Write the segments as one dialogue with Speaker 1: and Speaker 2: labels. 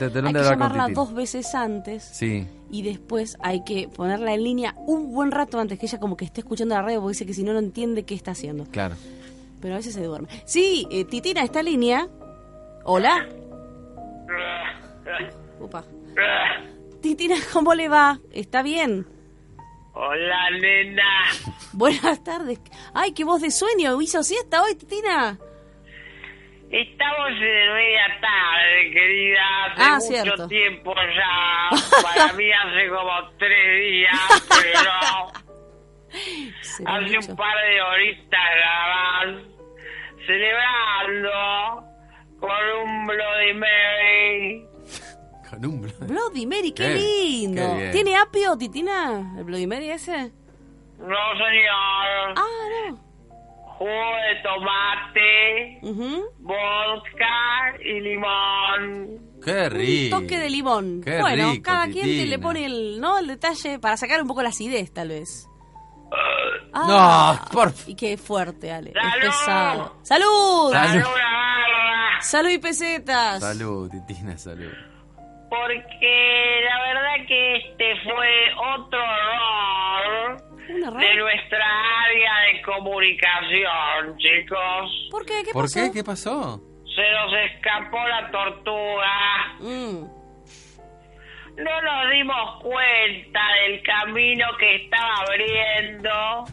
Speaker 1: Hay que llamarla dos veces antes
Speaker 2: Sí.
Speaker 1: y después hay que ponerla en línea un buen rato antes que ella como que esté escuchando la radio porque dice que si no no entiende qué está haciendo.
Speaker 2: Claro.
Speaker 1: Pero a veces se duerme. Sí, eh, Titina, ¿está en línea? Hola. Upa. Titina, ¿cómo le va? ¿Está bien?
Speaker 3: Hola, nena.
Speaker 1: Buenas tardes. Ay, qué voz de sueño. ¿Hizo siesta hoy, Titina?
Speaker 3: Estamos en media tarde, querida. Hace
Speaker 1: Ah,
Speaker 3: mucho
Speaker 1: cierto.
Speaker 3: tiempo ya. Para mí hace como tres días, pero
Speaker 1: Será
Speaker 3: hace
Speaker 1: mucho.
Speaker 3: un par de horitas nada más. Celebrando con un Bloody Mary.
Speaker 2: Con un blo-
Speaker 1: Bloody Mary, qué,
Speaker 2: Qué-
Speaker 1: lindo.
Speaker 2: qué bien.
Speaker 1: ¿Tiene apio, Titina? ¿El Bloody Mary ese?
Speaker 3: No, señor.
Speaker 1: Ah, no.
Speaker 3: Jugo de tomate,
Speaker 1: Ujú.
Speaker 3: vodka y limón.
Speaker 2: Qué rico.
Speaker 1: Un toque de limón.
Speaker 2: Qué
Speaker 1: bueno,
Speaker 2: rico,
Speaker 1: cada quien
Speaker 2: Titina.
Speaker 1: te le pone el, ¿no? el detalle para sacar un poco la acidez, tal vez.
Speaker 2: No, Ah. por
Speaker 1: Y qué fuerte, Ale. Es
Speaker 3: ¡Salud!
Speaker 1: pesado. ¡Salud!
Speaker 2: Salud.
Speaker 3: Para una barba.
Speaker 1: Salud y pesetas.
Speaker 2: Salud, Titina, salud.
Speaker 3: porque la verdad que este fue otro error
Speaker 1: Un
Speaker 3: de
Speaker 1: error.
Speaker 3: nuestra área de comunicación, chicos.
Speaker 1: ¿Por qué? ¿Qué
Speaker 2: ¿Por
Speaker 1: pasó?
Speaker 2: qué? ¿Qué pasó?
Speaker 3: Se nos escapó la tortuga.
Speaker 1: Mm.
Speaker 3: No nos dimos cuenta del camino que estaba abriendo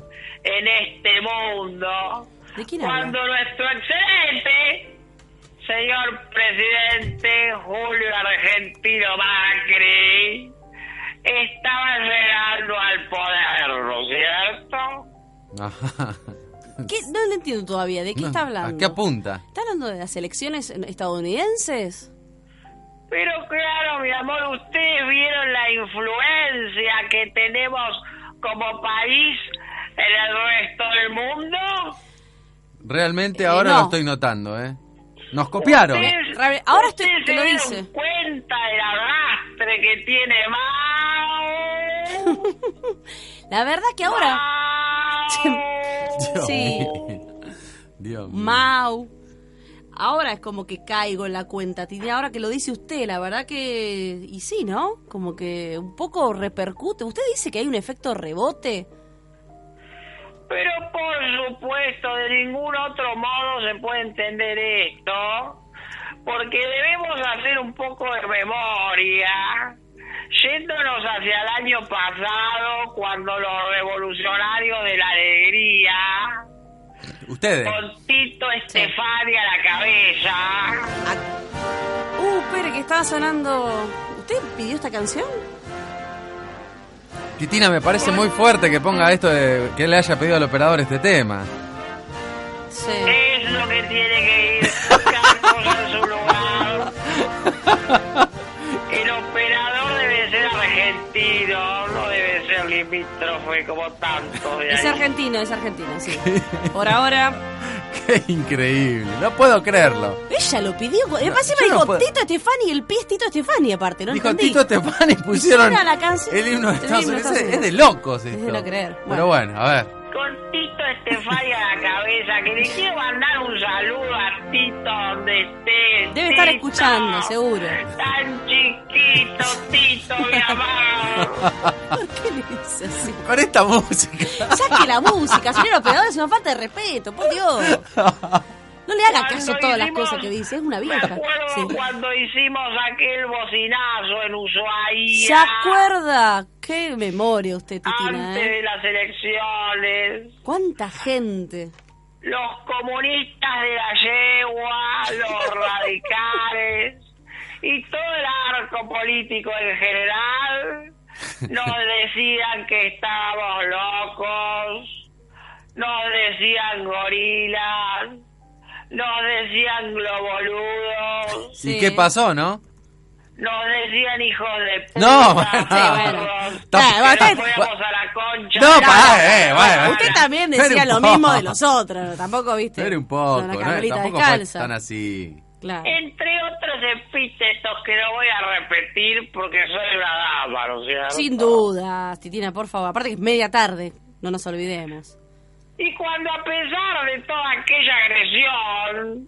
Speaker 3: en este mundo.
Speaker 1: ¿De quién habla?
Speaker 3: Cuando nuestro excelente señor presidente Julio Argentino Macri estaba llegando al poder, ¿no es cierto?
Speaker 2: Ajá.
Speaker 1: ¿Qué? No lo entiendo todavía. ¿De qué
Speaker 2: No,
Speaker 1: está hablando?
Speaker 2: ¿A qué apunta?
Speaker 1: ¿Está hablando de las elecciones estadounidenses?
Speaker 3: Pero claro, mi amor, ustedes vieron la influencia que tenemos como país en el resto del mundo.
Speaker 2: Realmente
Speaker 1: Eh,
Speaker 2: ahora
Speaker 1: no.
Speaker 2: lo estoy notando, ¿eh. Nos copiaron.
Speaker 3: Ustedes-
Speaker 1: Ra- ahora estoy-
Speaker 3: ustedes
Speaker 1: te lo
Speaker 3: se dieron
Speaker 1: dice.
Speaker 3: cuenta del arrastre que tiene Mao.
Speaker 1: La verdad que ahora...
Speaker 3: Mao.
Speaker 2: Dios
Speaker 1: Sí.
Speaker 2: mío. Dios mío.
Speaker 1: Mau. Ahora es como que caigo en la cuenta, Titi. Ahora que lo dice usted, la verdad que. Y sí, ¿no? Como que un poco repercute. Usted dice que hay un efecto rebote.
Speaker 3: Pero por supuesto, de ningún otro modo se puede entender esto, porque debemos hacer un poco de memoria, yéndonos hacia el año pasado, cuando los revolucionarios de la alegría,
Speaker 2: Ustedes.
Speaker 3: con Tito Estefani a la cabeza,
Speaker 1: Uh, espere, que estaba sonando. ¿Usted pidió esta canción?
Speaker 2: Titina, me parece muy fuerte que ponga esto de que le haya pedido al operador este tema.
Speaker 1: Sí.
Speaker 3: es lo que tiene que ir cada cosa en su lugar. El operador debe ser argentino, no debe ser limítrofe como tanto. de
Speaker 1: Es
Speaker 3: ahí.
Speaker 1: argentino, es argentino, sí. Por ahora.
Speaker 2: Qué increíble. No puedo creerlo.
Speaker 1: Ella lo pidió. Me parece
Speaker 2: yo
Speaker 1: que
Speaker 2: no
Speaker 1: dijo
Speaker 2: puedo.
Speaker 1: Tito Estefani, el pie es Tito Estefani, aparte, ¿no?
Speaker 2: Dijo
Speaker 1: entendí.
Speaker 2: Tito Estefani y pusieron
Speaker 1: Pusieron la canción.
Speaker 2: el himno de
Speaker 1: El
Speaker 2: Estados
Speaker 1: himno de
Speaker 2: Unidos. Es-
Speaker 1: Estados
Speaker 2: Es
Speaker 1: Unidos.
Speaker 2: de locos
Speaker 1: Es
Speaker 2: esto.
Speaker 1: de no creer.
Speaker 2: Pero bueno, a ver.
Speaker 3: con Tito Estefani a la cabeza, que le quiero mandar un saludo a Tito donde esté.
Speaker 1: Debe estar
Speaker 3: Tito.
Speaker 1: escuchando, seguro.
Speaker 3: Tan chiquito, Tito, mi amor.
Speaker 1: ¿Por qué le dice así?
Speaker 2: Con esta música.
Speaker 1: Saque la música, señor operador, es una falta de respeto, por Dios. No le haga caso a
Speaker 3: Cuando
Speaker 1: todas las
Speaker 3: hicimos-
Speaker 1: cosas que dice, es una
Speaker 3: Me
Speaker 1: vieja.
Speaker 3: acuerdo
Speaker 1: Sí.
Speaker 3: cuando hicimos aquel bocinazo en Ushuaia.
Speaker 1: ¿Se acuerda? Qué memoria usted, Titina,
Speaker 3: Antes
Speaker 1: ¿eh?
Speaker 3: de las elecciones.
Speaker 1: ¿Cuánta gente?
Speaker 3: los comunistas de la yegua, los radicales y todo el arco político en general nos decían que estábamos locos, nos decían gorilas, nos decían globoludos,
Speaker 1: Sí.
Speaker 2: ¿Y qué pasó, no?
Speaker 3: Nos decían hijos de puta.
Speaker 2: No,
Speaker 3: todos,
Speaker 2: bueno.
Speaker 3: que
Speaker 1: Eh, bueno,
Speaker 3: nos
Speaker 1: usted-
Speaker 3: fuéramos a la concha.
Speaker 2: No,
Speaker 3: de la
Speaker 2: pará,
Speaker 3: lora.
Speaker 2: eh, bueno.
Speaker 1: Usted también decía
Speaker 2: Espere
Speaker 1: lo
Speaker 2: un
Speaker 1: mismo
Speaker 2: poco.
Speaker 1: de los otros, tampoco viste.
Speaker 2: Espere un poco,
Speaker 1: Una
Speaker 2: ¿no?
Speaker 1: carmelita
Speaker 2: tampoco fue
Speaker 1: descalza.
Speaker 2: tan así.
Speaker 1: Claro.
Speaker 3: Entre otros epítetos que no voy a repetir porque soy una dama, ¿no es cierto?
Speaker 1: Sin duda, Titina, por favor. Aparte que es media tarde, no nos olvidemos.
Speaker 3: Y cuando a pesar de toda aquella agresión,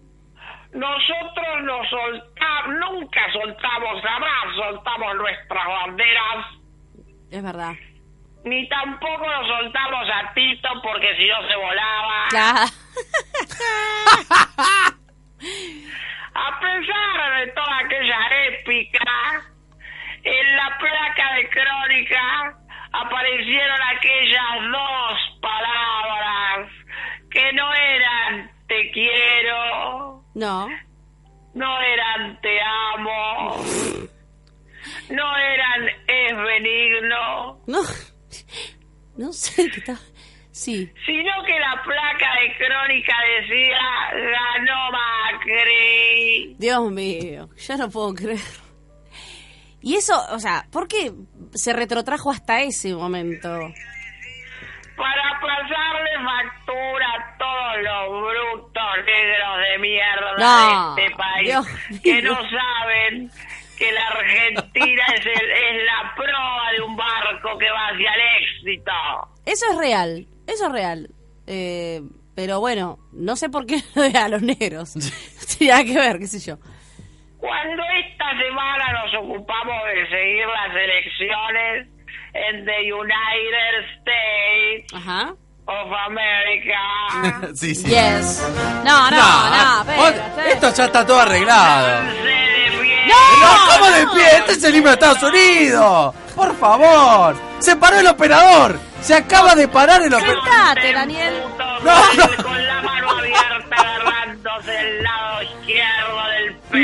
Speaker 3: nosotros nos soltamos, nunca soltamos, jamás soltamos nuestras banderas,
Speaker 1: Es verdad.
Speaker 3: ni tampoco nos soltamos a Tito porque si no se volaba.
Speaker 1: Claro.
Speaker 3: A pesar de toda aquella épica, en la placa de crónica aparecieron aquellas dos palabras que no eran te quiero,
Speaker 1: No.
Speaker 3: no eran te amo, no eran es benigno,
Speaker 1: No. No sé qué está. Sí.
Speaker 3: sino que la placa de crónica decía ganó Macri.
Speaker 1: Dios mío, ya no puedo creer. Y eso, o sea, ¿por qué se retrotrajo hasta ese momento?
Speaker 3: para pasarle factura a todos los brutos negros de mierda
Speaker 1: No,
Speaker 3: de este país
Speaker 1: Dios
Speaker 3: que
Speaker 1: mío.
Speaker 3: no saben que la Argentina es, el- es la proa de un barco que va hacia el éxito.
Speaker 1: Eso es real, eso es real. Eh, pero bueno, no sé por qué a los negros. Tenía que ver, qué sé yo.
Speaker 3: Cuando esta semana nos ocupamos de seguir las elecciones en the United States
Speaker 1: Ajá.
Speaker 3: of America,
Speaker 2: sí, sí.
Speaker 1: Yes. No, no, no,
Speaker 2: vos-
Speaker 1: pero, pero-
Speaker 2: Esto ya está todo arreglado.
Speaker 3: se de pie.
Speaker 2: No, ¿cómo
Speaker 1: no.
Speaker 2: de pie? Este es el himno de Estados Unidos. Por favor. Se paró el operador. Se acaba de parar el operador.
Speaker 1: Sentate, Daniel.
Speaker 3: No,
Speaker 2: No, no.
Speaker 3: Con la mano abierta agarrándose el lado izquierdo del pecho.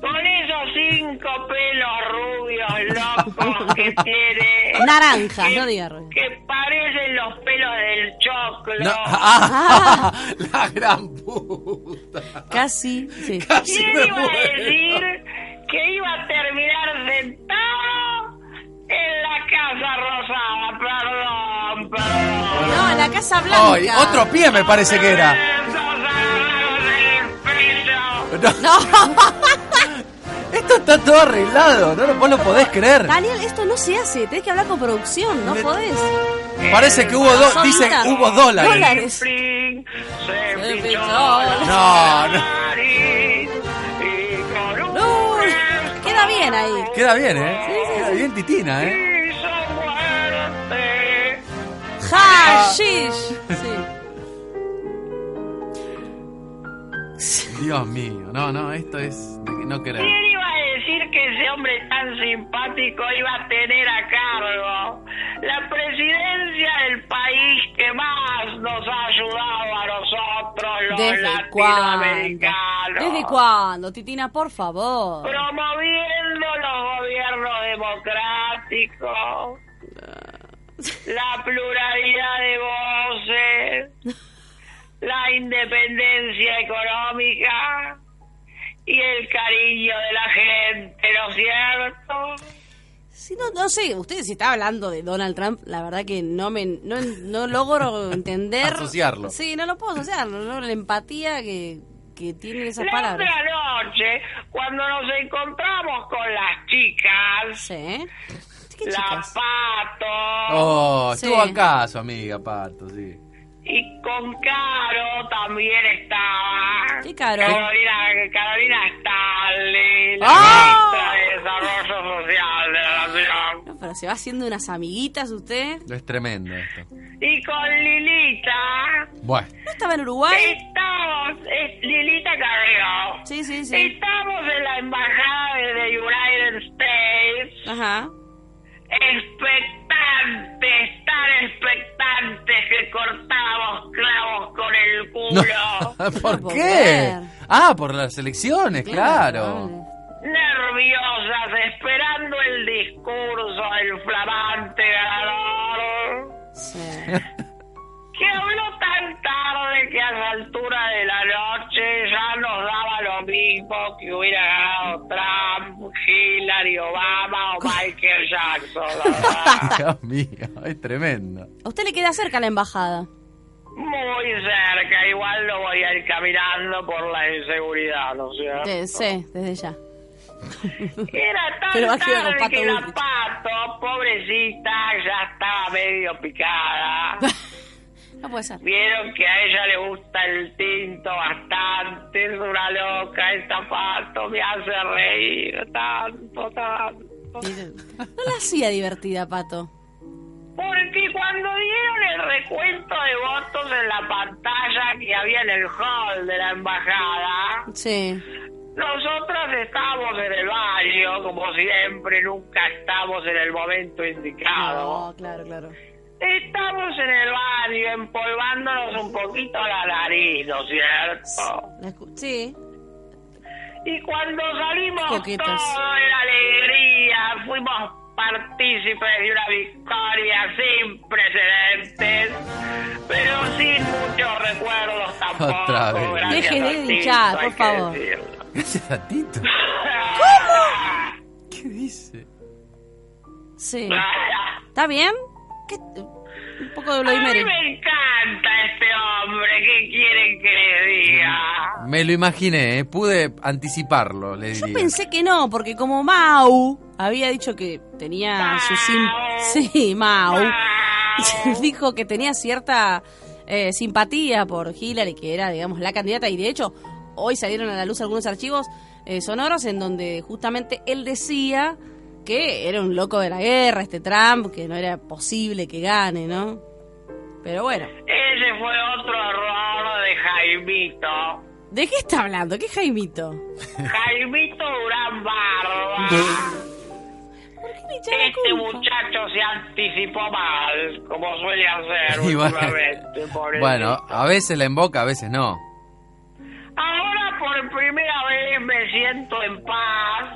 Speaker 3: Con esos cinco pelos rubios locos que tiene.
Speaker 1: Naranjas,
Speaker 3: que-
Speaker 1: no diga rubio.
Speaker 3: Que parecen los pelos del choclo.
Speaker 2: No, ah, la gran puta.
Speaker 1: Casi, sí.
Speaker 2: Casi
Speaker 3: ¿Quién
Speaker 2: me
Speaker 3: iba a
Speaker 2: muero.
Speaker 3: decir que iba a terminar sentado en la Casa Rosada? Perdón, perdón.
Speaker 1: No, en la Casa Blanca.
Speaker 2: Ay, otro pie me parece que era.
Speaker 3: Nos agarraron del
Speaker 2: No,
Speaker 3: pecho.
Speaker 1: No,
Speaker 2: esto está todo arreglado. No, lo- vos lo podés creer.
Speaker 1: Daniel, esto no se hace. Tenés que hablar con producción, no
Speaker 2: Me-
Speaker 1: podés.
Speaker 3: Eh,
Speaker 2: Parece que hubo dos. Dicen hubo dólares.
Speaker 1: Dólares.
Speaker 3: Fling, Se
Speaker 1: Se
Speaker 3: pinchó
Speaker 1: pinchó
Speaker 3: la
Speaker 2: No, no.
Speaker 3: nariz y con un
Speaker 1: No,
Speaker 3: gesto
Speaker 1: queda bien ahí.
Speaker 2: Queda bien, ¿eh?
Speaker 1: Sí, sí,
Speaker 2: Queda
Speaker 1: sí.
Speaker 2: bien Titina, ¿eh?
Speaker 3: Hizo muerte.
Speaker 1: Hashish. Sí.
Speaker 2: Dios mío. No, no, esto es... No creo.
Speaker 3: ¿Quién iba a decir que ese hombre tan simpático iba a tener a cargo la presidencia del país que más nos ha ayudado a nosotros los
Speaker 1: ¿Desde cuándo?
Speaker 3: latinoamericanos?
Speaker 1: ¿Desde cuándo, Titina? Por favor.
Speaker 3: Promoviendo los gobiernos democráticos, la pluralidad de voces, la independencia económica y el cariño de la gente, ¿no es cierto?
Speaker 1: Si no, no sé, usted si está hablando de Donald Trump, la verdad que no me no, no logro entender.
Speaker 2: Asociarlo.
Speaker 1: Sí, no lo puedo asociar. No logro la empatía que, que tienen esas
Speaker 3: La
Speaker 1: palabras.
Speaker 3: otra noche, cuando nos encontramos con las chicas,
Speaker 1: Sí, ¿eh? ¿Qué
Speaker 3: la
Speaker 1: chicas?
Speaker 3: Pato
Speaker 2: Oh,
Speaker 1: Sí.
Speaker 2: estuvo acá su amiga, Pato, sí.
Speaker 3: y con Caro también estaba.
Speaker 1: ¿Qué Caro?
Speaker 3: Carolina, Carolina Stanley, la
Speaker 1: ¡Ah!
Speaker 3: ministra de Desarrollo Social de la Nación.
Speaker 1: No, pero se va haciendo unas amiguitas usted.
Speaker 2: No es tremendo esto.
Speaker 3: Y con Lilita,
Speaker 2: Bueno.
Speaker 1: ¿No estaba en Uruguay?
Speaker 3: estamos, es Lilita Carrillo.
Speaker 1: Sí, sí, sí. Ah.
Speaker 3: Estamos en la embajada de the United States
Speaker 1: Ajá.
Speaker 3: expectantes, tan expectantes que cortábamos clavos con el
Speaker 2: No.
Speaker 3: culo.
Speaker 1: No
Speaker 2: ¿Por
Speaker 1: puedo
Speaker 2: qué?
Speaker 1: creer.
Speaker 2: Ah, por las elecciones, claro.
Speaker 1: vale.
Speaker 3: nerviosas esperando el discurso del flamante ganador,
Speaker 1: Sí.
Speaker 3: que habló tan tarde que a esa altura de la noche ya nos daba lo mismo que hubiera ganado Trump, Hillary, Obama o Michael Jackson. la verdad.
Speaker 2: Dios mío, es tremendo.
Speaker 1: A usted le queda cerca la embajada.
Speaker 3: Muy cerca, igual lo voy a ir caminando por la inseguridad, ¿no es cierto?
Speaker 1: Sí, sí, desde ya.
Speaker 3: Era tan
Speaker 1: Pero va a quedar con
Speaker 3: tarde
Speaker 1: Pato
Speaker 3: que la
Speaker 1: Bullrich.
Speaker 3: pato, pobrecita, ya estaba medio picada.
Speaker 1: No puede ser.
Speaker 3: Vieron que a ella le gusta el tinto bastante, es una loca esta pato, me hace reír tanto, tanto.
Speaker 1: No la hacía divertida, Pato.
Speaker 3: Porque cuando dieron el recuento de votos en la pantalla que había en el hall de la embajada,
Speaker 1: Sí.
Speaker 3: Nosotras estábamos en el baño, como siempre, nunca estamos en el momento indicado.
Speaker 1: No, claro, claro.
Speaker 3: Estamos en el baño empolvándonos un poquito la nariz, ¿no es cierto?
Speaker 1: La escu- sí.
Speaker 3: Y cuando salimos
Speaker 1: Coquetas.
Speaker 3: todo en alegría, fuimos partícipes de una victoria sin precedentes, pero sin muchos recuerdos tampoco.
Speaker 2: Otra vez.
Speaker 3: gracias
Speaker 1: Deje de
Speaker 3: al Tito,
Speaker 1: hinchar,
Speaker 3: hay
Speaker 1: por
Speaker 3: que
Speaker 1: favor.
Speaker 3: decirlo.
Speaker 2: Gracias a Tito. ¿Qué dice?
Speaker 1: Sí. ¿Está bien? ¿Qué- Un poco de
Speaker 3: A mí
Speaker 1: Bloimeri.
Speaker 3: me encanta este hombre, ¿qué quieren que les diga?
Speaker 2: Me lo imaginé, ¿eh? pude anticiparlo, le diría.
Speaker 1: Yo pensé que no, porque como Mau había dicho que tenía su sim... Sí, Mau. Dijo que tenía cierta eh, simpatía por Hillary, que era, digamos, la candidata. Y de hecho, hoy salieron a la luz algunos archivos eh, sonoros en donde justamente él decía que era un loco de la guerra, este Trump, que no era posible que gane, ¿no? Pero bueno,
Speaker 3: Ese fue otro error de Jaimito.
Speaker 1: ¿de qué está hablando? ¿Qué Jaimito?
Speaker 3: Jaimito Durán Barba.
Speaker 1: ¿Por qué le echa la
Speaker 3: Este
Speaker 1: culpa?
Speaker 3: muchacho se anticipó mal, como suele hacer
Speaker 2: Y bueno,
Speaker 3: últimamente, pobrecito.
Speaker 2: bueno, a veces la emboca, a veces no.
Speaker 3: Ahora por primera vez me siento en paz,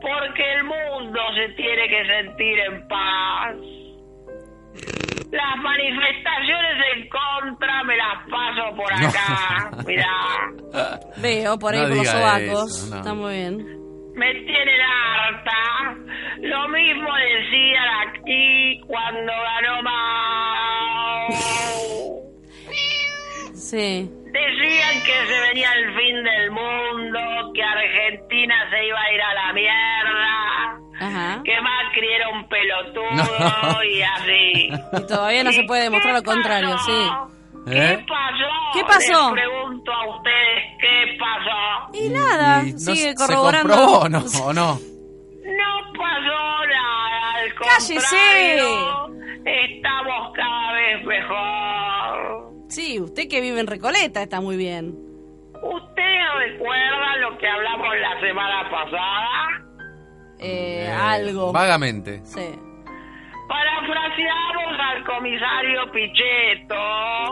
Speaker 3: porque el mundo se tiene que sentir en paz. Las manifestaciones en contra me las paso por acá, mirá.
Speaker 1: Veo por ahí
Speaker 2: No
Speaker 1: por los
Speaker 2: diga
Speaker 1: sobacos.
Speaker 2: eso, no.
Speaker 1: Está muy bien.
Speaker 3: Me tienen harta. Lo mismo decían aquí cuando ganó Mao.
Speaker 1: Sí.
Speaker 3: Decían que se venía el fin del mundo, que Argentina se iba a ir a la mierda,
Speaker 1: Ajá.
Speaker 3: que Macri era un pelotudo
Speaker 2: No.
Speaker 3: y así.
Speaker 1: Y todavía no se puede demostrar lo
Speaker 3: ¿Qué
Speaker 1: contrario,
Speaker 3: pasó?
Speaker 1: sí.
Speaker 2: ¿Eh?
Speaker 3: ¿Qué pasó?
Speaker 1: ¿Qué pasó?
Speaker 3: Les pregunto a ustedes, ¿qué pasó?
Speaker 1: Y nada,
Speaker 2: Y no
Speaker 1: sigue
Speaker 2: se-
Speaker 1: corroborando.
Speaker 2: ¿Se comprobó o no? ¿O no?
Speaker 3: No pasó nada, al
Speaker 1: ¡Cállese!
Speaker 3: contrario, estamos cada vez mejor.
Speaker 1: Sí, usted que vive en Recoleta está muy bien.
Speaker 3: ¿Ustedes recuerdan lo que hablamos la semana pasada?
Speaker 1: Eh,
Speaker 2: Eh,
Speaker 1: algo.
Speaker 2: Vagamente.
Speaker 1: Sí.
Speaker 3: Parafraseamos al comisario Pichetto,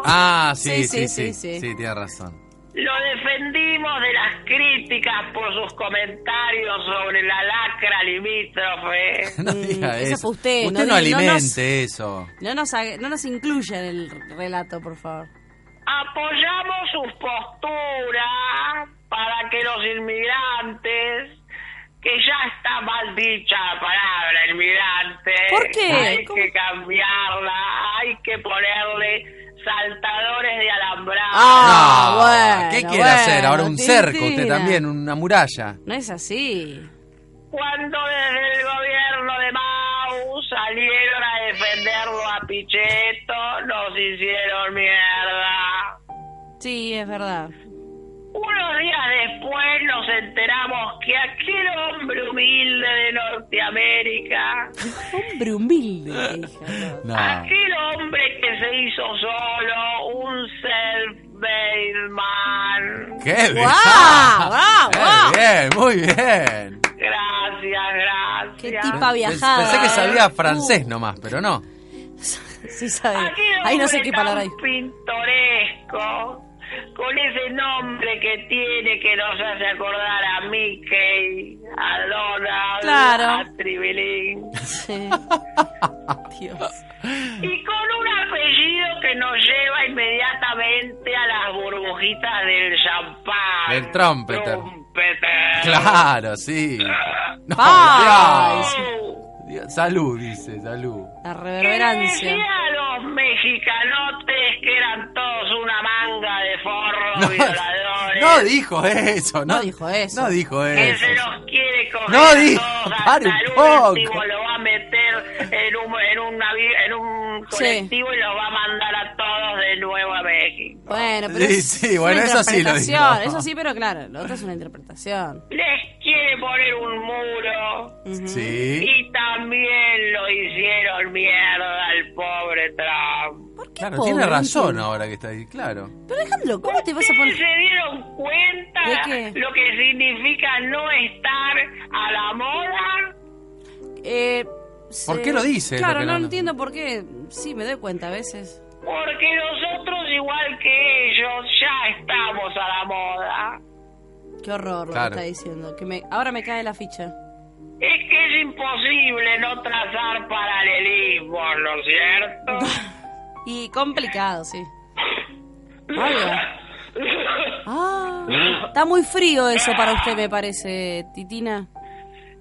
Speaker 2: Ah, sí, sí, sí.
Speaker 1: Sí, sí,
Speaker 2: Sí,
Speaker 1: sí, sí.
Speaker 2: tiene razón.
Speaker 3: lo defendimos de las críticas por sus comentarios sobre la lacra limítrofe.
Speaker 2: No
Speaker 1: Mm,
Speaker 2: diga
Speaker 1: esa
Speaker 2: eso.
Speaker 1: fue usted, no
Speaker 2: no,
Speaker 1: di- no
Speaker 2: alimente
Speaker 1: nos-
Speaker 2: eso.
Speaker 1: No nos, haga- no nos incluya en el relato, por favor.
Speaker 3: Apoyamos sus posturas para que los inmigrantes, que ya está mal dicha la palabra inmigrante,
Speaker 1: ¿Por qué?
Speaker 3: hay
Speaker 1: ¿Cómo?
Speaker 3: que cambiarla, hay que ponerle saltadores de alambrado.
Speaker 1: Ah, bueno,
Speaker 2: ¿Qué quiere
Speaker 1: bueno,
Speaker 2: hacer? Ahora un cerco, usted
Speaker 1: Cristina.
Speaker 2: también, una muralla.
Speaker 1: No es así.
Speaker 3: cuando desde el gobierno de Mao salieron a defenderlo a Pichetto, nos hicieron mierda.
Speaker 1: Sí, es verdad.
Speaker 3: Unos días después nos enteramos que aquel hombre humilde de Norteamérica,
Speaker 1: Hombre humilde, hija.
Speaker 2: No.
Speaker 3: aquel hombre que se hizo solo, un self-made man.
Speaker 2: ¡Qué bien!
Speaker 1: ¡Guau, guau,
Speaker 2: Qué
Speaker 1: guau!
Speaker 2: bien, muy bien.
Speaker 3: Gracias, gracias.
Speaker 1: Qué
Speaker 3: gracias.
Speaker 1: tipa viajada.
Speaker 2: Pensé que sabía francés nomás, pero no.
Speaker 1: Sí sabe.
Speaker 3: Aquí hay un
Speaker 1: Ahí no sé
Speaker 3: hombre
Speaker 1: qué palabra
Speaker 3: tan
Speaker 1: hay.
Speaker 3: pintoresco, con ese nombre que tiene que nos hace acordar a Mickey, a Donald,
Speaker 1: Claro.
Speaker 3: a Tribilín.
Speaker 1: Sí. Dios.
Speaker 3: Y con un apellido que nos lleva inmediatamente a las burbujitas del champán.
Speaker 2: Del trumpeter.
Speaker 3: Trumpeter.
Speaker 2: Claro, sí. No,
Speaker 1: Ay,
Speaker 2: Dios. Dios, Salud, dice, salud.
Speaker 1: La
Speaker 3: Oh, Que le
Speaker 1: reverberancia.
Speaker 3: decía a los mexicanotes que eran todos una manga de forros violadores.
Speaker 2: No dijo eso, no,
Speaker 1: No dijo eso.
Speaker 2: No dijo
Speaker 3: que
Speaker 2: eso.
Speaker 3: se los quiere coger
Speaker 2: No
Speaker 3: a
Speaker 2: diga,
Speaker 3: todos,
Speaker 2: pare
Speaker 3: hasta el
Speaker 2: un poco.
Speaker 3: último lo va a meter en un en un, navi- en un
Speaker 1: Sí.
Speaker 3: colectivo y los va a mandar a todos de nuevo a México.
Speaker 1: Bueno, pero
Speaker 2: Sí,
Speaker 1: es
Speaker 2: sí,
Speaker 1: una
Speaker 2: bueno, eso sí lo digo.
Speaker 1: interpretación, Eso sí, pero claro, lo otro es una interpretación.
Speaker 3: Les quiere poner un muro
Speaker 2: Sí.
Speaker 3: y también lo hicieron mierda al pobre Trump.
Speaker 1: ¿Por qué
Speaker 2: Claro,
Speaker 1: pobre?
Speaker 2: tiene
Speaker 1: No
Speaker 2: razón
Speaker 1: entiendo.
Speaker 2: ahora que está ahí, claro.
Speaker 1: Pero Alejandro, ¿cómo te vas a
Speaker 3: ¿Ustedes
Speaker 1: poner...?
Speaker 3: se dieron cuenta
Speaker 1: ¿De qué?
Speaker 3: lo que significa no estar a la moda?
Speaker 1: Eh, se-
Speaker 2: qué lo dice? Lo
Speaker 1: Claro,
Speaker 2: que
Speaker 1: no,
Speaker 2: no-
Speaker 1: entiendo por qué. Sí, me doy cuenta a veces.
Speaker 3: Porque nosotros, igual que ellos, ya estamos a la moda.
Speaker 1: Qué horror lo
Speaker 2: Claro.
Speaker 1: que está diciendo. Que me, ahora me cae la ficha.
Speaker 3: Es que es imposible no trazar paralelismos, ¿no es cierto?
Speaker 1: Y complicado, sí. Vaya.
Speaker 2: ¿Eh?
Speaker 1: Ah, está muy frío eso para usted, me parece, Titina.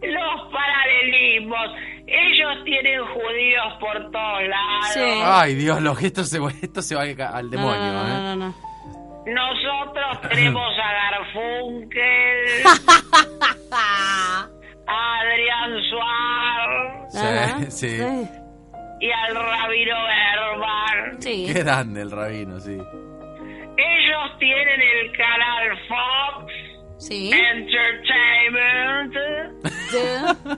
Speaker 3: Los paralelismos. Ellos tienen judíos por todos lados.
Speaker 1: Sí.
Speaker 2: Ay, Dios, los gestos se, esto se va a- al
Speaker 1: No,
Speaker 2: demonio,
Speaker 1: no, no,
Speaker 2: ¿eh?
Speaker 1: no, no, no.
Speaker 3: Nosotros tenemos a Garfunkel, a Adrián Suárez
Speaker 1: Nada.
Speaker 2: Sí, sí.
Speaker 3: y al Rabino Herman.
Speaker 1: Sí.
Speaker 2: Qué grande el rabino, sí.
Speaker 3: Ellos tienen el canal Fox
Speaker 1: Sí.
Speaker 3: Entertainment.
Speaker 1: Sí.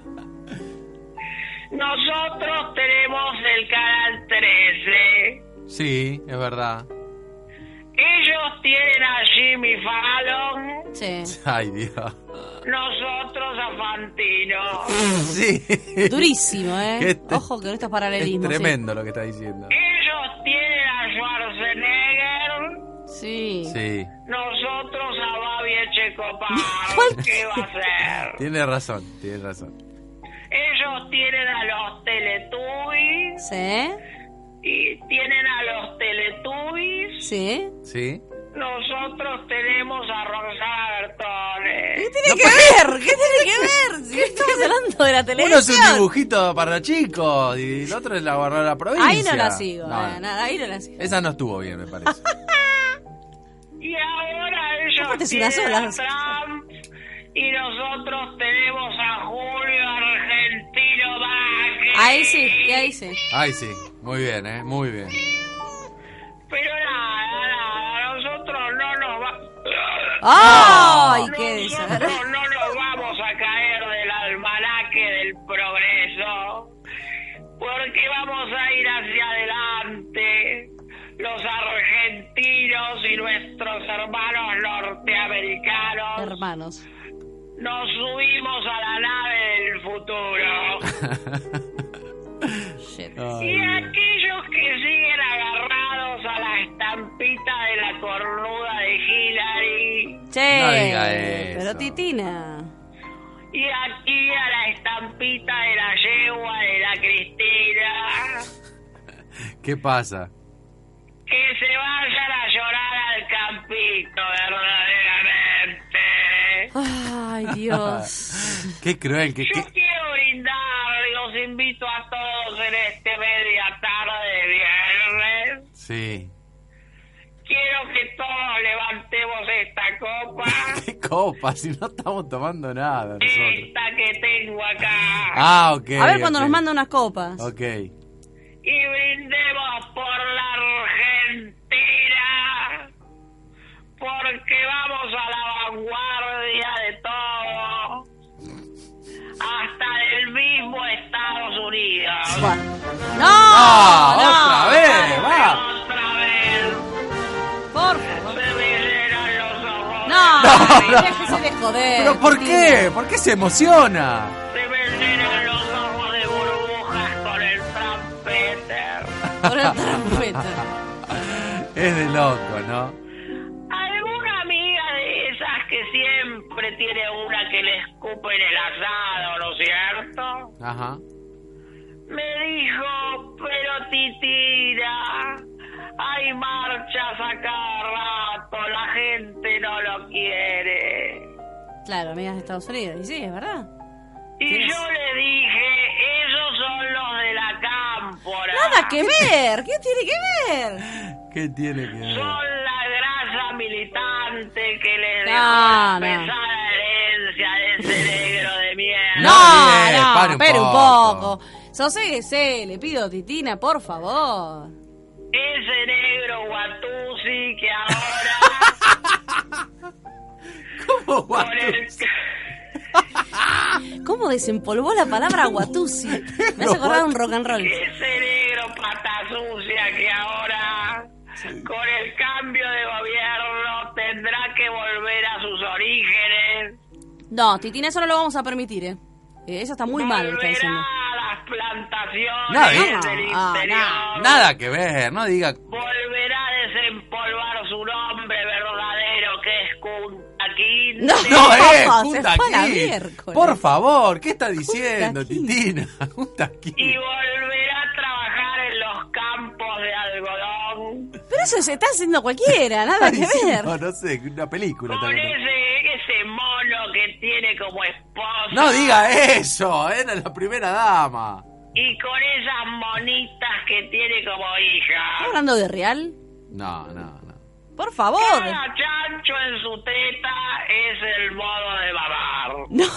Speaker 3: Nosotros tenemos el canal 13.
Speaker 2: Sí, es verdad.
Speaker 3: Ellos tienen a Jimmy Fallon,
Speaker 1: Sí.
Speaker 2: Ay, Dios.
Speaker 3: nosotros a Fantino.
Speaker 2: Sí.
Speaker 1: Durísimo,
Speaker 2: Qué
Speaker 1: ¿eh?
Speaker 2: te-
Speaker 1: Ojo con estos
Speaker 2: Es
Speaker 1: paralelismos. sí.
Speaker 2: tremendo lo que está diciendo.
Speaker 3: Ellos tienen a Schwarzenegger,
Speaker 1: Sí.
Speaker 2: Sí,
Speaker 3: nosotros a Babi Echecopar.
Speaker 1: ¿Por
Speaker 3: ¿Qué va a ser?
Speaker 2: tiene razón, tiene razón.
Speaker 3: Ellos tienen a los Teletubbies
Speaker 1: Sí.
Speaker 3: y tienen a los Teletubbies.
Speaker 1: Sí.
Speaker 2: Sí.
Speaker 3: Nosotros tenemos a Roxana Bertone.
Speaker 1: ¿Qué tiene que ver? ¿Qué tiene que ver? Si estamos hablando de
Speaker 2: Uno
Speaker 1: la
Speaker 2: es
Speaker 1: televisión.
Speaker 2: un dibujito para chicos y el otro es la barra de la provincia.
Speaker 1: Ahí no la sigo,
Speaker 2: No,
Speaker 1: nada, nada, ahí no la sigo.
Speaker 2: Esa no estuvo bien, me parece.
Speaker 3: Y ahora ellos
Speaker 1: Aparte es una
Speaker 3: tienen a
Speaker 1: sola.
Speaker 3: Trump y nosotros tenemos a Julio Argentino Vázquez.
Speaker 1: Ahí sí, y ahí sí.
Speaker 2: Ay, sí. Muy bien, ¿eh? Muy bien.
Speaker 3: Pero nada, nada, nosotros no nos va...
Speaker 1: ¡Ay, qué desagradable!
Speaker 3: Nosotros no nos vamos a caer del almanaque del progreso, porque vamos a ir hacia adelante los argentinos y nuestros hermanos norteamericanos.
Speaker 1: Hermanos.
Speaker 3: Nos subimos a la nave del futuro.
Speaker 1: Shit.
Speaker 3: Y
Speaker 2: Ay,
Speaker 3: aquellos que siguen agarrados a la estampita de la cornuda de Hillary.
Speaker 1: Che,
Speaker 2: No diga eso.
Speaker 1: pero Titina.
Speaker 3: Y aquí a la estampita de la yegua de la Cristina,
Speaker 2: ¿Qué pasa?
Speaker 3: que se vayan a llorar al campito, verdaderamente.
Speaker 1: Ay, Dios.
Speaker 2: Qué cruel, qué,
Speaker 3: Yo
Speaker 2: qué-
Speaker 3: quiero brindar, los invito a todos en este media tarde de viernes.
Speaker 2: Sí.
Speaker 3: Quiero que todos levantemos esta copa,
Speaker 2: ¿Qué copa? Si no estamos tomando nada nosotros.
Speaker 3: esta que tengo acá,
Speaker 2: Ah, ok.
Speaker 1: A ver cuando
Speaker 2: ok.
Speaker 1: nos manda unas copas.
Speaker 2: Ok.
Speaker 3: y brindemos por la Argentina. porque vamos a la vanguardia de todo, hasta del mismo Estados Unidos.
Speaker 1: Bueno. ¡No!
Speaker 2: Ah,
Speaker 1: no.
Speaker 2: otra vez, va.
Speaker 3: Otra vez
Speaker 1: Por favor.
Speaker 3: se me llenan los ojos,
Speaker 1: No,
Speaker 2: No, no.
Speaker 1: déjese de joder.
Speaker 2: Pero ¿por
Speaker 1: Titina.
Speaker 2: qué? ¿Por qué se emociona?
Speaker 3: se me llenan los
Speaker 1: Con la trompeta.
Speaker 2: Es de loco, ¿no?
Speaker 3: ¿Alguna amiga de esas que siempre tiene una que le escupe en el asado, ¿no es cierto?
Speaker 2: Ajá.
Speaker 3: Me dijo, pero Titina, hay marchas a cada rato, la gente no lo quiere.
Speaker 1: Claro, amigas de Estados Unidos. Y sí, es verdad.
Speaker 3: Y
Speaker 1: Yes.
Speaker 3: yo le dije, esos son los de la cámpora.
Speaker 1: Nada que ver. ¿Qué tiene que ver?
Speaker 2: ¿Qué tiene que ver?
Speaker 3: Son la grasa militante que
Speaker 1: No,
Speaker 3: le dejó la
Speaker 1: no.
Speaker 3: pesada herencia de ese negro de mierda.
Speaker 1: No,
Speaker 2: bien,
Speaker 1: no,
Speaker 2: pare un
Speaker 1: espere un
Speaker 2: poco.
Speaker 1: poco. Soséguese, le pido, Titina, por favor.
Speaker 3: Ese negro guatusi que ahora...
Speaker 2: ¿Cómo, guato?
Speaker 3: con el-
Speaker 1: ¿Cómo desempolvó la palabra guatusi? Me hace acordar un rock and roll.
Speaker 3: Ese negro pata sucia que ahora... Con el cambio de gobierno tendrá que volver a sus orígenes.
Speaker 1: No, Titina, eso no lo vamos a permitir, ¿eh? Eh, Eso está muy mal, está diciendo.
Speaker 3: Volverá a las plantaciones
Speaker 2: Nada,
Speaker 3: del
Speaker 1: ¿eh? Ah,
Speaker 3: interior.
Speaker 1: nada.
Speaker 2: Nada que ver, no diga.
Speaker 3: Volverá a desempolvar su nombre verdadero que es Kuntaquín.
Speaker 1: No.
Speaker 2: No, eh,
Speaker 1: se
Speaker 2: junta
Speaker 1: fue a la
Speaker 2: aquí.
Speaker 1: miércoles.
Speaker 2: Por favor, ¿qué está diciendo,
Speaker 1: aquí.
Speaker 2: Titina? Junta aquí.
Speaker 3: Y volverá a trabajar en los campos de algodón.
Speaker 1: Pero eso se está haciendo cualquiera, nada
Speaker 2: Está
Speaker 1: que
Speaker 2: diciendo,
Speaker 1: ver.
Speaker 2: no sé, una película
Speaker 3: Con
Speaker 2: también.
Speaker 3: ese, ese mono que tiene como esposa.
Speaker 2: No diga eso, era la primera dama.
Speaker 3: Y con esas monitas que tiene como
Speaker 1: ¿Está
Speaker 3: hija.
Speaker 1: hablando de real?
Speaker 2: No, no, no.
Speaker 1: Por favor.
Speaker 3: Cada chancho en su teta es el modo de babar.
Speaker 1: No.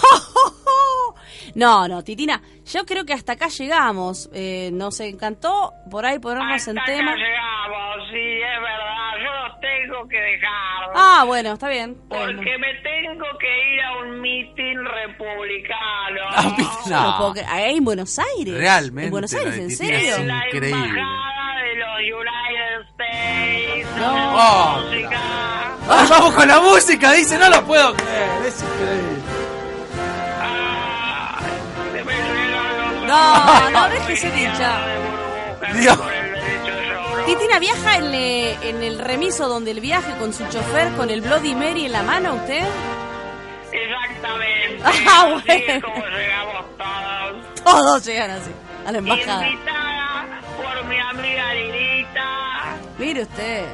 Speaker 1: No, no, Titina, yo creo que hasta acá llegamos. Eh, nos encantó por ahí ponernos
Speaker 3: Hasta
Speaker 1: en
Speaker 3: acá
Speaker 1: tema.
Speaker 3: llegamos, sí, es verdad, yo los tengo que dejar.
Speaker 1: Ah, bueno, está bien. está bien.
Speaker 3: Porque me tengo que ir a un mitin republicano.
Speaker 2: Ah, mira.
Speaker 1: No puedo creer. Ahí en Buenos Aires.
Speaker 2: Realmente,
Speaker 1: En Buenos
Speaker 2: lo
Speaker 1: Aires,
Speaker 2: de
Speaker 1: ¿en
Speaker 2: Titina
Speaker 1: serio?
Speaker 2: es
Speaker 3: En la
Speaker 2: Increíble.
Speaker 3: embajada de los United States.
Speaker 1: No.
Speaker 3: de
Speaker 2: Oh,
Speaker 3: música.
Speaker 2: Ah, vamos con la música, dice, no lo puedo creer. Es increíble.
Speaker 3: Ah, se me llenan los
Speaker 1: No, no,
Speaker 3: ojos
Speaker 1: déjese
Speaker 3: de
Speaker 1: dicha.
Speaker 3: burbujas
Speaker 2: Dios.
Speaker 3: por el derecho de llorar.
Speaker 1: Titina viaja en, eh, en el remiso donde el viaje con su chofer con el Bloody Mary en la mano, ¿usted?
Speaker 3: Exactamente.
Speaker 1: Ah,
Speaker 3: Así es
Speaker 1: bueno.
Speaker 3: como llegamos todos.
Speaker 1: Todos llegan así, a la embajada.
Speaker 3: invitada por mi amiga Lilita
Speaker 1: Mire usted.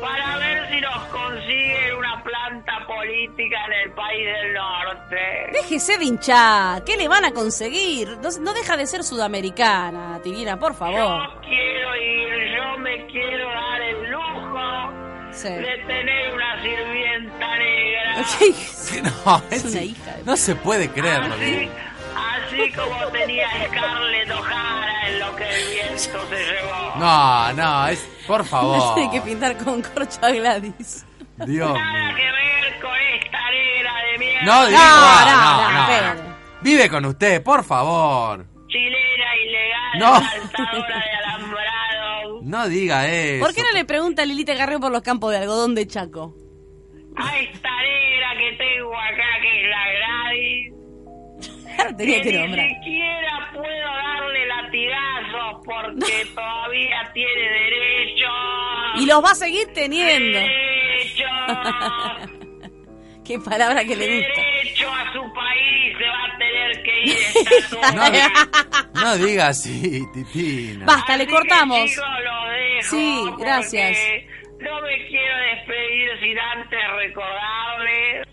Speaker 3: para ver si nos consiguen una planta política en el país del norte.
Speaker 1: Déjese de hinchar, ¿qué le van a conseguir? No, no deja de ser sudamericana, Titina, por favor.
Speaker 3: Yo quiero ir, yo me quiero dar el lujo
Speaker 1: Sí.
Speaker 3: de tener una sirvienta negra.
Speaker 1: Sí,
Speaker 2: Que No,
Speaker 1: Es una
Speaker 2: in-
Speaker 1: hija de- Ah,
Speaker 2: No se puede creerlo.
Speaker 3: Así, así como tenía Scarlett O'Hara en lo que el viento se llevó.
Speaker 2: No, no, es. Por
Speaker 1: la
Speaker 2: favor.
Speaker 1: tiene que pintar con corcha Gladys.
Speaker 2: Dios
Speaker 3: Nada
Speaker 2: mío.
Speaker 3: que ver con esta negra de mierda.
Speaker 2: No, digo,
Speaker 1: No,
Speaker 2: ah,
Speaker 1: no,
Speaker 2: no,
Speaker 1: no,
Speaker 2: no.
Speaker 1: espere.
Speaker 2: Vive con usted, por favor.
Speaker 3: chilena ilegal,
Speaker 2: No.
Speaker 3: saltadora de alambrado.
Speaker 2: No diga eso.
Speaker 1: ¿Por qué no le pregunta a Lilita Carrión por los campos de algodón de Chaco?
Speaker 3: A esta negra que tengo acá, que es la Gladys.
Speaker 1: Tenía que
Speaker 3: ni
Speaker 1: nombrar.
Speaker 3: siquiera puedo darle latigazos porque todavía tiene derecho.
Speaker 1: Y los va a seguir teniendo.
Speaker 3: Derecho.
Speaker 1: Qué palabra que le gusta.
Speaker 3: derecho a su país se va a tener que ir esta
Speaker 2: No,
Speaker 3: noche.
Speaker 2: di- no diga así, Titina.
Speaker 1: Basta, le
Speaker 3: Así que,
Speaker 1: cortamos.
Speaker 3: chicos, los dejo
Speaker 1: Sí,
Speaker 3: porque
Speaker 1: gracias.
Speaker 3: No me quiero despedir sin antes recordarles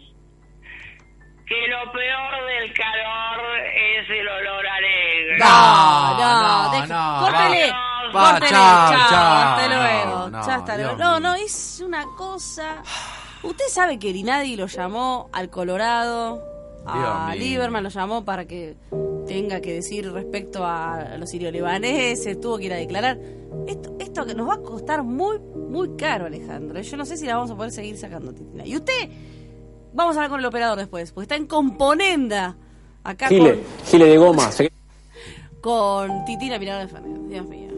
Speaker 3: que lo peor del calor es el olor a negro.
Speaker 1: No, no,
Speaker 2: No,
Speaker 1: deje-
Speaker 2: no,
Speaker 1: córtele,
Speaker 3: va.
Speaker 2: Va,
Speaker 1: córtele,
Speaker 2: chao,
Speaker 1: chao,
Speaker 2: chao,
Speaker 1: hasta
Speaker 2: no,
Speaker 1: luego,
Speaker 2: no,
Speaker 1: ya hasta
Speaker 2: Dios
Speaker 1: luego. No,
Speaker 2: mío.
Speaker 1: no, es una cosa. Usted sabe que Rinaldi lo llamó al Colorado, a
Speaker 2: Dios mío.
Speaker 1: Lieberman lo llamó para que tenga que decir respecto a los siriolibaneses, tuvo que ir a declarar. Esto, esto que nos va a costar muy, muy caro, Alejandro. Yo no sé si la vamos a poder seguir sacando, Titina. Y usted, vamos a hablar con el operador después, porque está en componenda acá
Speaker 4: Gile,
Speaker 1: con
Speaker 4: Gile de goma. Se-
Speaker 1: con Titina Mirador de Fernández. Dios mío.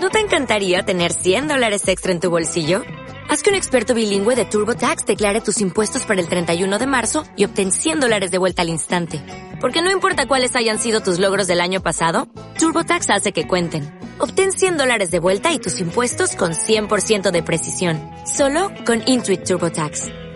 Speaker 5: ¿No te encantaría tener 100 dólares extra en tu bolsillo?
Speaker 4: Haz que un experto bilingüe de TurboTax declare tus impuestos para el 31 de marzo y obtén 100 dólares de vuelta al instante. Porque no importa cuáles hayan sido tus logros del año pasado, TurboTax hace que cuenten. Obtén 100 dólares de vuelta y tus impuestos con 100% de precisión. Solo con Intuit TurboTax.